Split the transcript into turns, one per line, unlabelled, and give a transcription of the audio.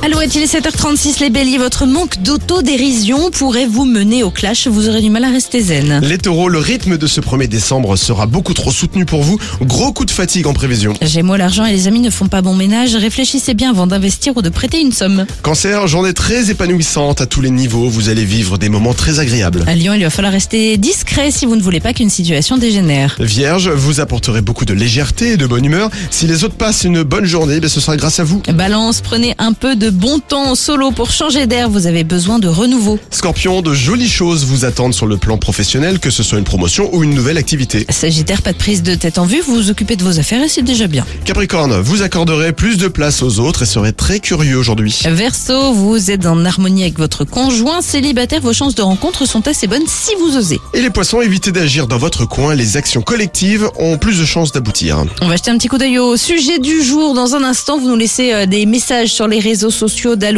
Alouette, il est 7h36, les béliers, votre manque d'autodérision pourrait vous mener au clash, vous aurez du mal à rester zen.
Les taureaux, le rythme de ce 1er décembre sera beaucoup trop soutenu pour vous. Gros coup de fatigue en prévision.
Gémeaux, l'argent et les amis ne font pas bon ménage, réfléchissez bien avant d'investir ou de prêter une somme.
Cancer, journée très épanouissante à tous les niveaux. Vous allez vivre des moments très agréables.
À Lyon, il va falloir rester discret si vous ne voulez pas qu'une situation dégénère.
Vierge, vous apporterez beaucoup de légèreté et de bonne humeur. Si les autres passent une bonne journée, ben, ce sera grâce à vous.
Balance, prenez un peu de bon temps en solo pour changer d'air, vous avez besoin de renouveau.
Scorpion, de jolies choses vous attendent sur le plan professionnel, que ce soit une promotion ou une nouvelle activité.
Sagittaire, pas de prise de tête en vue, vous vous occupez de vos affaires et c'est déjà bien.
Capricorne, vous accorderez plus de place aux autres et serez très curieux aujourd'hui.
Verseau, vous êtes en harmonie avec votre conjoint célibataire, vos chances de rencontre sont assez bonnes si vous osez.
Et les poissons, évitez d'agir dans votre coin. Les actions collectives ont plus de chances d'aboutir.
On va jeter un petit coup d'œil au sujet du jour. Dans un instant, vous nous laissez euh, des messages sur les réseaux sociaux d'Alou.